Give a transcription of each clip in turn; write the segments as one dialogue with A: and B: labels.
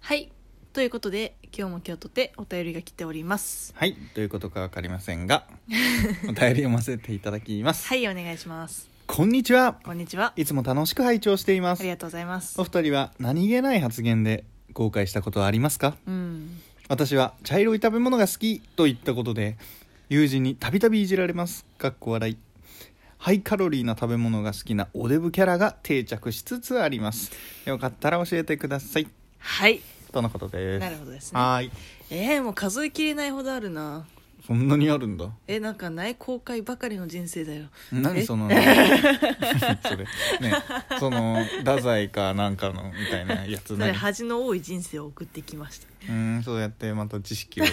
A: はいということで今日も今日とてお便りが来ております
B: はいどういうことかわかりませんが お便り読ませていただきます、
A: はいお願いします
B: こんにちは
A: こんにちはい
B: つも楽しく拝聴していま
A: あ
B: す
A: りがとうございます
B: お二人は何気ない発言で後悔したことはありますか
A: うん
B: 私は茶色い食べ物が好きと言ったことで友人にたびたびいじられますかっこ笑いハイカロリーな食べ物が好きなおデブキャラが定着しつつありますよかったら教えてください
A: はい
B: とのことです
A: なるほどですね
B: はーい
A: えー、もう数えきれないほどあるな
B: そんなにあるんだ
A: えなんかない公開ばかりの人生だよえ
B: 何 そのそれねその太宰かなんかのみたいなやつ
A: それ
B: ね
A: 恥の多い人生を送ってきました
B: うんそうやってまた知識を引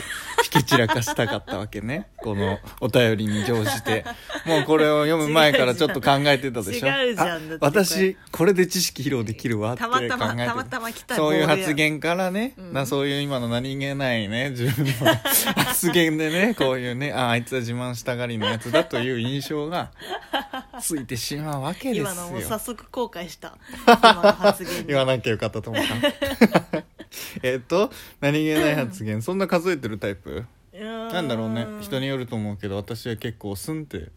B: き散らかしたかったわけねこのお便りに乗じてもうこれを読む前からちょっと考えてたでしょ
A: 違うじゃん
B: あ
A: だってこれ
B: 私これで知識披露できるわって
A: た
B: 考
A: ま
B: え
A: た
B: て
A: またまたま来た
B: そういう
A: ボールや
B: 発言からね、
A: うん
B: なそういう今の何気ないね自分の発言で ねこういうねああいつは自慢したがりのやつだという印象がついてしまうわけですよ
A: 今のもう早速後悔 した今の発言に
B: 言わなきゃよかったと思った えっと何気ない発言そんな数えてるタイプな
A: なん
B: だろうね人によると思うけど私は結構スンって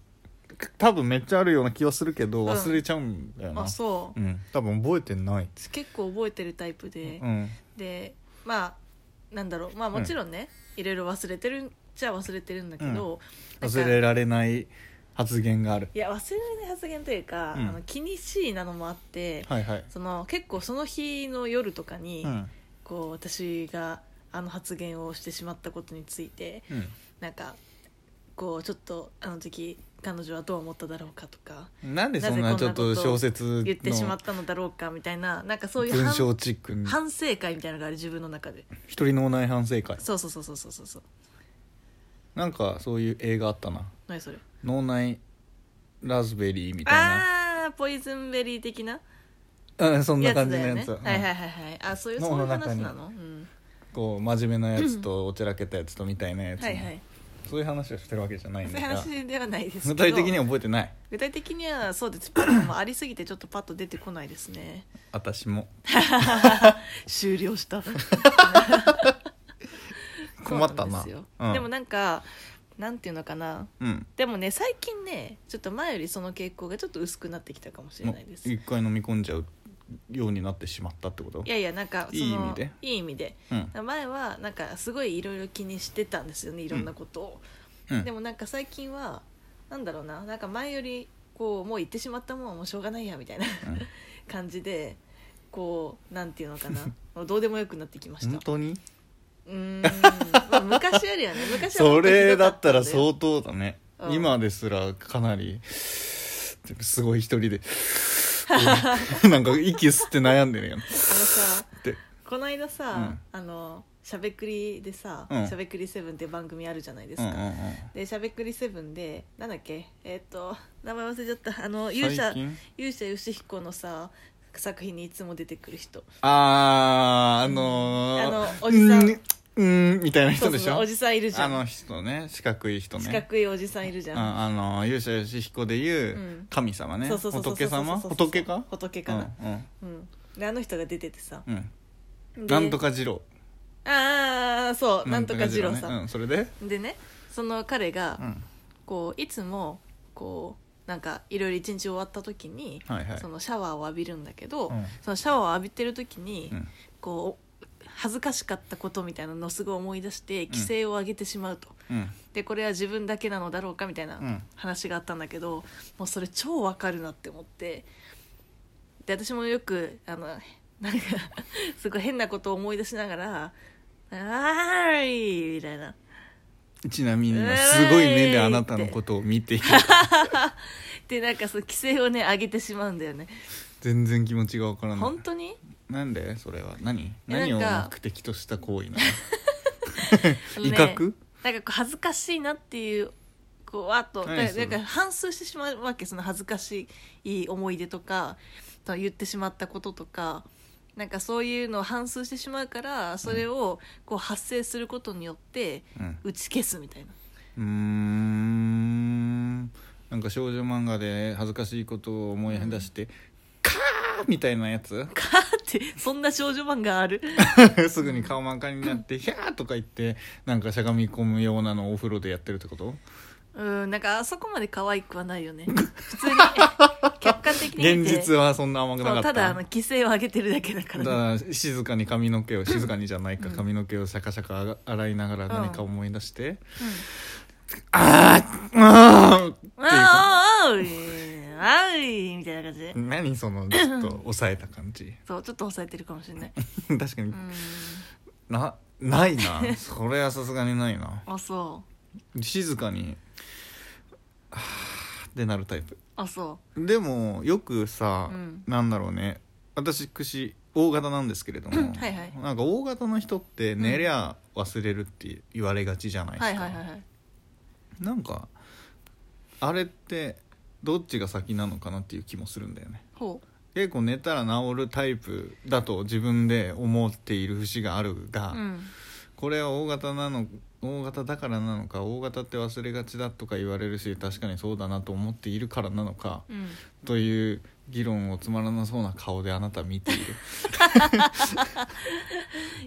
B: 多分めっちゃあるような気はするけど
A: うん
B: 忘れちゃうんだよな、
A: あそう、
B: うん多分覚えてない
A: 結構覚えてるタイプで、
B: うん
A: でまあなんだろうまあもちろんね、いろいろ忘れてるっちゃ忘れてるんだけど、なんか
B: 忘れられない発言がある
A: いや忘れられない発言というか、
B: うん
A: あの気にしいなのもあって、
B: はいはい
A: その結構その日の夜とかに、
B: うん
A: こう私があの発言をしてしまったことについてなんかこうちょっとあの時彼女はどう思っただろうかとか
B: うんなんでそんなちょっと小説
A: 言ってしま
B: の
A: ったのだろうかみたいななんかそういう
B: 文
A: 反
B: 章チックに
A: 反省会みたいなのがある自分の中で
B: 一人脳内反省会
A: そうそうそうそうそうそうそう
B: なんかそういう映画あったな
A: 何それ
B: 脳内ラズベリーみたいな
A: ああーポイズンベリー的な
B: うん、そんな
A: や
B: 感
A: つ
B: じ
A: だよ
B: のや
A: ね
B: つ、
A: はいは
B: う
A: い
B: ん
A: はいはいあそういう
B: 脳
A: そういう
B: の中
A: 話
B: に
A: なの、うん、
B: こう真面目なやつとおちゃらけたやつとみたいなやつの、
A: はいはい
B: そういう話をしてるわけじゃないん
A: そう
B: だ
A: いう
B: が
A: 話ではないですけど
B: 具体的には覚えてない
A: 具体的にはそうですパッともありすぎてちょっとパッと出てこないですね
B: 私も
A: 終了した
B: 困ったな
A: そうですよ
B: うん
A: でもなんかなんていうのかな
B: うん
A: でもね最近ねちょっと前よりその傾向がちょっと薄くなってきたかもしれないです
B: 一回飲み込んじゃうようになってしまったってこと
A: いやいやなんかその
B: いい意味で
A: いい意味で
B: うん
A: 前はなんかすごいいろいろ気にしてたんですよねいろんなことを、
B: うん
A: でもなんか最近はなんだろうななんか前よりこうもう行ってしまったもんはもうしょうがないやみたいな感じでこうなんていうのかなもうどうでもよくなってきま
B: うん
A: し
B: 本
A: た
B: 当に
A: うーん、まあ、昔よりはね昔は
B: それだったら
A: う
B: 相当だね、
A: うん
B: 今ですらかなりすごい一人で うんなんか息吸って悩んでるよね
A: あのさ
B: って
A: この間さ、
B: うん
A: あのしゃべくりでさ、
B: うん
A: しゃべくりセブンって番組あるじゃないです
B: う
A: か、
B: んうんうん
A: でしゃべくりセブンでなんだっけえーっ、と名前忘れちゃったあの勇者
B: 最近
A: 勇者義彦のさ作品にいつも出てくる人
B: あーあのー、
A: あのおじさん
B: ううんみたいな人でし
A: そうそう
B: ょ
A: おじさんいるじゃ
B: あ
A: ん、
B: の人ね四角い人ね
A: 四角いおじさんいるじゃん、
B: ああの勇者ヨシヒコでいう
A: うん
B: 神様ね、
A: そうそうそうそう
B: 仏様
A: そうそうそう
B: 仏か
A: 仏かな
B: うんうん
A: うん、であの人が出ててさ、
B: うん
A: で
B: なんとか二郎
A: ああそうなんとか二郎さ、
B: ねうんん、それで、
A: でねその彼が、
B: うん、
A: こういつもこうなんかいろいろ一日終わった時に、
B: はいはい
A: そのシャワーを浴びるんだけど、
B: うん
A: そのシャワーを浴びてる時に、
B: うん
A: こう恥ずかしかったことみたいなのをすごい思い出して規制を上げてしまうと、
B: うん
A: でこれは自分だけなのだろうかみたいな
B: うん
A: 話があったんだけど、もうそれ超わかるなって思ってで私もよくあのなんか すごい変なことを思い出しながら「あーい!」みたいな
B: ちなみに今すごい目であなたのことを見ている
A: でなんかその規制をね上げてしまうんだよね
B: 全然気持ちがわからない
A: 本当に
B: なんでそれは何
A: なんか
B: 何を目的とした行為なの
A: ね
B: 威嚇、
A: なんかこう恥ずかしいなっていうこうあとだ
B: 何そ
A: な
B: れ
A: んか反芻してしまうわけその恥ずかしい思い出とかと言ってしまったこととかなんかそういうのを反芻してしまうからそれをこう発生することによって
B: うん
A: 打ち消すみたいな、
B: うーんなんか少女漫画で恥ずかしいことを思い出して「カー!」みたいなやつ
A: カーっってそんな少女漫画ある
B: すぐに顔真っ赤になって「ひゃー!」とか言ってなんかしゃがみ込むようなのをお風呂でやってるってこと
A: うんなんかあそこまで可愛くはないよね普通に客観的に
B: 現
A: 見て
B: 実はそんな甘く
A: そ
B: なか
A: う
B: った
A: ただあの規制を上げてるだけだから、
B: だから静かに髪の毛を静かにじゃないか
A: うん
B: 髪の毛をシャカシャカ洗いながら何か思い出して、
A: うん
B: あーあーっていう
A: あ
B: か
A: あ、おい、あい、みたいな感じで。
B: 何そのちょっと抑えた感じ
A: そう、ちょっと抑えてるかもしれない。
B: 確かに、
A: うん。
B: なないなそれはさすがにないな
A: あ、そう。
B: 静かにはーってなるタイプ
A: あ、そ
B: でもよくさ、
A: うん
B: なんだろうね私串大型なんですけれども
A: はいはい。
B: なんか大型の人って寝りゃ忘れるって言われがちじゃないうですか、
A: はいはいはいはい。
B: なんかあれってどっちが先なのかなっていう気もするんだよね
A: ほ
B: 結構寝たら治るタイプだと自分で思っている節があるが、
A: う。うん。
B: これは大型なの大型だからなのか大型って忘れがちだとか言われるし確かにそうだなと思っているからなのか
A: うん。
B: という議論をつまらなそうな顔であなた見ている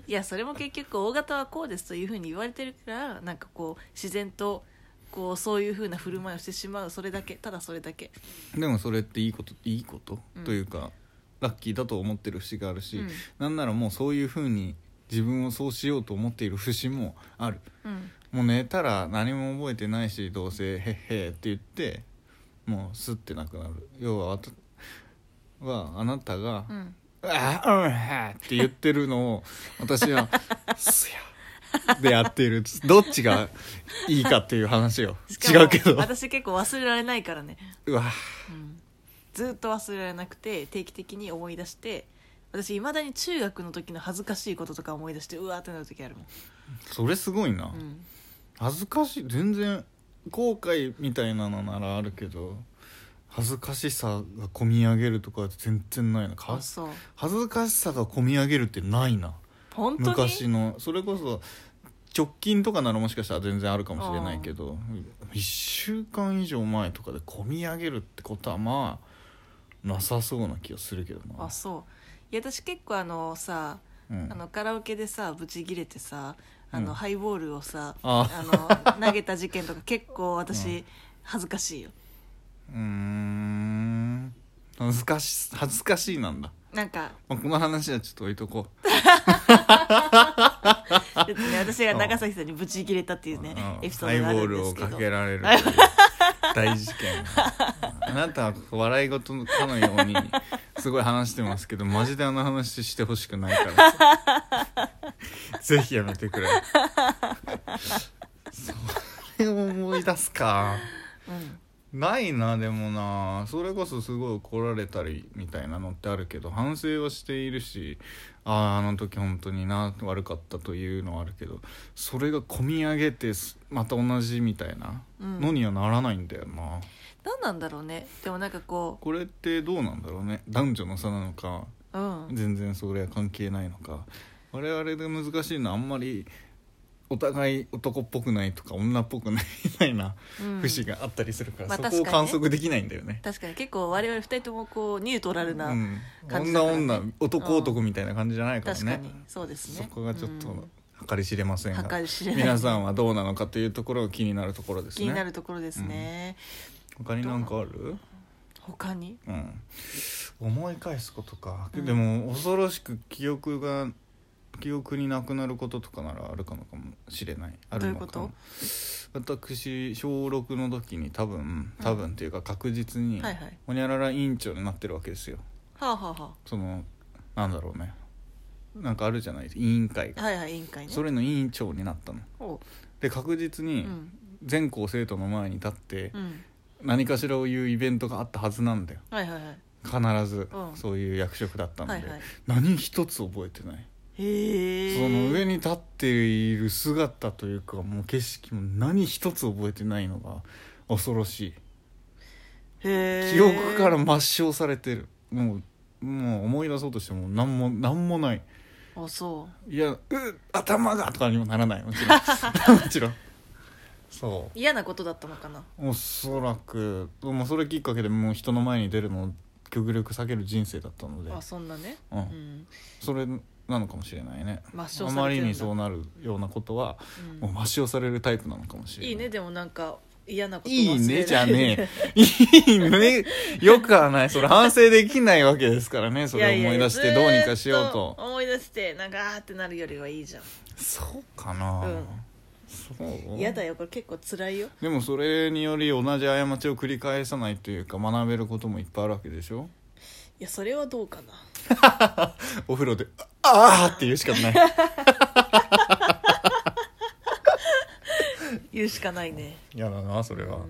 A: いや、それも結局、大型はこうですというふうに言われてるから、なんかこう、自然と、こう、そういうふうな振る舞いをしてしまう。それだけ、ただそれだけ。
B: でもそれっていいこといいこと、
A: うん
B: というかラッキーだと思ってる節があるし、
A: うん
B: なんならもうそういうふうに自分をそうしようと思っている節もある
A: うん。
B: もう寝たら何も覚えてないしどうせ「へっへ」って言ってもうスッてなくなる要はわたはあなたが「
A: うん。
B: ああうんはーって言ってるのを私は「すや」でやっているどっちがいいかっていう話よ
A: し
B: 違
A: かも
B: うけど
A: 私結構忘れられないからね。
B: うわ
A: うんずっと忘れられなくて定期的に思い出して私いまだに中学の時の恥ずかしいこととか思い出してうわーってなる時あるもん、
B: それすごいな、
A: うん
B: 恥ずかしい全然後悔みたいなのならあるけど恥ずかしさが込み上げるとか全然ないなか
A: あそう
B: 恥ずかしさが込み上げるってないな
A: 本当に
B: 昔のそれこそ直近とかならもしかしたら全然あるかもしれないけど1週間以上前とかで込み上げるってことはまあなさそうな気がするけどな
A: あそういや私結構あのさ
B: うん
A: あのカラオケでさブチギレてさあの、
B: うん
A: ハイボールをさ
B: あ
A: あの投げた事件 とか結構私、
B: うん
A: 恥ずかしいよ
B: うーん恥ずかし恥ずかしいなんだ、
A: なんか
B: まあ、この話はちょっと置いとこう
A: ちょっとね私が長崎さんにブチギレたっていうね
B: うん
A: エピソ
B: ハ
A: ー
B: イ
A: ドがあ
B: ボー
A: るん
B: ル
A: で
B: を
A: すけ
B: か
A: ど
B: けら れるという大事件あなたは笑い事かのようにすごい話してますけどマジであの話してほしくないから ぜひやめてくれそれを 思い出すか
A: うん
B: ないなでもなそれこそすごい怒られたりみたいなのってあるけど反省はしているしあああの時本当にな悪かったというのはあるけどそれが込み上げてすまた同じみたいな
A: うん
B: のにはならないんだよな、
A: 何なんだろうねでもなんかこ
B: これってどうなんだろうね男女の差なのか
A: ううん
B: 全然それは関係ないのか我々で難しいのはあんまりお互い男っぽくないとか女っぽくないみたいな
A: うん
B: 節があったりするから、
A: まあ
B: そ
A: 確
B: こを
A: かにね
B: 観測できないんだよね
A: 確かに結構我々二人ともこうニュートラルな、
B: うん
A: 感じだからね
B: 女女男男みたいな感じじゃないからね
A: 確かにそうです
B: そ
A: ね
B: こがちょっと
A: うん
B: 計り知れませんが、
A: 計り知れない
B: 皆さんはどうなのかというところが気になるところです
A: 気
B: ね
A: になるところですね、
B: 他に何かある
A: 他に
B: うん思い返すことか、
A: うん
B: でも恐ろしく記憶が記憶になくなることとかならあるかもかもしれないあるのかも
A: ど
B: 私小6の時に多分多分っていうか確実に
A: はいはい
B: ほにゃらら委員長になってるわけですよ
A: はあはあは
B: そのなんだろうねなんかあるじゃない委員会
A: あ
B: が、
A: はいはい委員会ね
B: それの委員長になったの
A: お
B: で確実
A: う
B: に
A: ん
B: 全校生徒の前に立って
A: うん
B: 何かしらを言うイベントがあったはずなんだよ
A: はいはいはい
B: 必ず
A: うん
B: そういう役職だったので、
A: はいはい
B: 何一つ覚えてない
A: へえ
B: その上に立っている姿というかもう景色も何一つ覚えてないのが恐ろしい
A: へえ
B: 記憶から抹消されてるもうもう思い出そうとしても何も何もない
A: あそ
B: いや、う頭がとかにもならない、もちろ ん。もちろん。そう
A: 嫌なことだったのかな
B: う。おそらく、もうそれきっかけでもう人の前に出るの極力避ける人生だったので
A: あそんなね、
B: うん
A: うん
B: それなのかもしれないね
A: 抹消されて
B: あ
A: るんだ
B: まりにそうなるようなことは
A: うん
B: もう抹消されるタイプなのかもしれない
A: いねでもなんか嫌なこと
B: いいねじゃ ね
A: え
B: え。いいね。よくはない。それ反省できないわけですからね。それを思い出してどうにかしようと。
A: 思い出してなんかあーってなるよりはいいじゃん
B: そうかな、
A: うん
B: そう
A: 嫌だよこれ結構辛いよ
B: でもそれにより同じ過ちを繰り返さないというか学べることもいっぱいあるわけでしょ
A: いやそれはどうかな
B: お風呂で「ああ!」って言うしか ない
A: 言うしかないね
B: 嫌だなそれは、
A: うん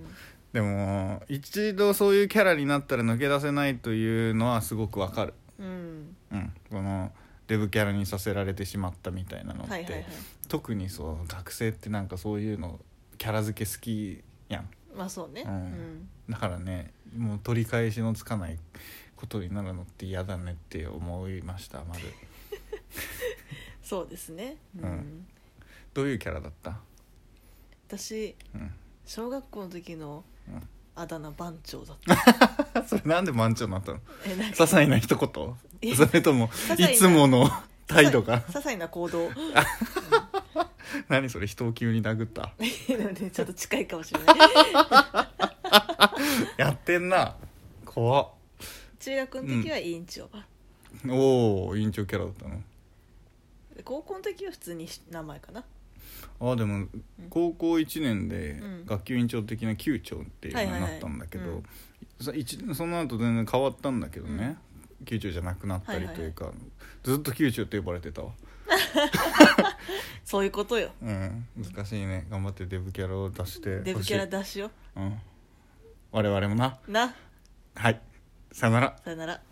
B: でも一度そういうキャラになったら抜け出せないというのはすごくわかる
A: うん
B: うんこのデブキャラにさせられてしまったみたいなのって、
A: はいはいはい
B: 特にそう学生ってなんかそういうのキャラ付け好きやん
A: まあそうね
B: う
A: うんん
B: だからねもう取り返しのつかないことになるのって嫌だねって思いましたまず
A: そうですねう
B: うんどういうキャラだった
A: 私
B: うん、
A: 小学校の時の
B: うん
A: あだ名番長だった
B: それなんで番長になったの
A: えなん
B: 些
A: か
B: 細な一言
A: え
B: それとも
A: 細ない
B: つ もの態度が
A: 些細な行 動
B: 何それ人を急に殴った
A: でもねちょっと近いかもしれない
B: やってんな怖っ
A: 中学の時は委員長
B: おお委員長キャラだったの
A: 高校の時は普通に名前かな
B: あでも高校1年で
A: うん
B: 学級委員長的な級長っていうのになったんだけ
A: はいはいは
B: ど
A: い
B: さ一その後全然変わったんだけどね、級長じゃなくなったりというか、ずっと級長って呼ばれてたわ
A: そういうことよ
B: うん難しいね頑張ってデブキャラを出して
A: デブ
B: ほし
A: キ
B: い
A: ャラ出しよ
B: うん我々もな
A: な
B: はいさよなら
A: さよなら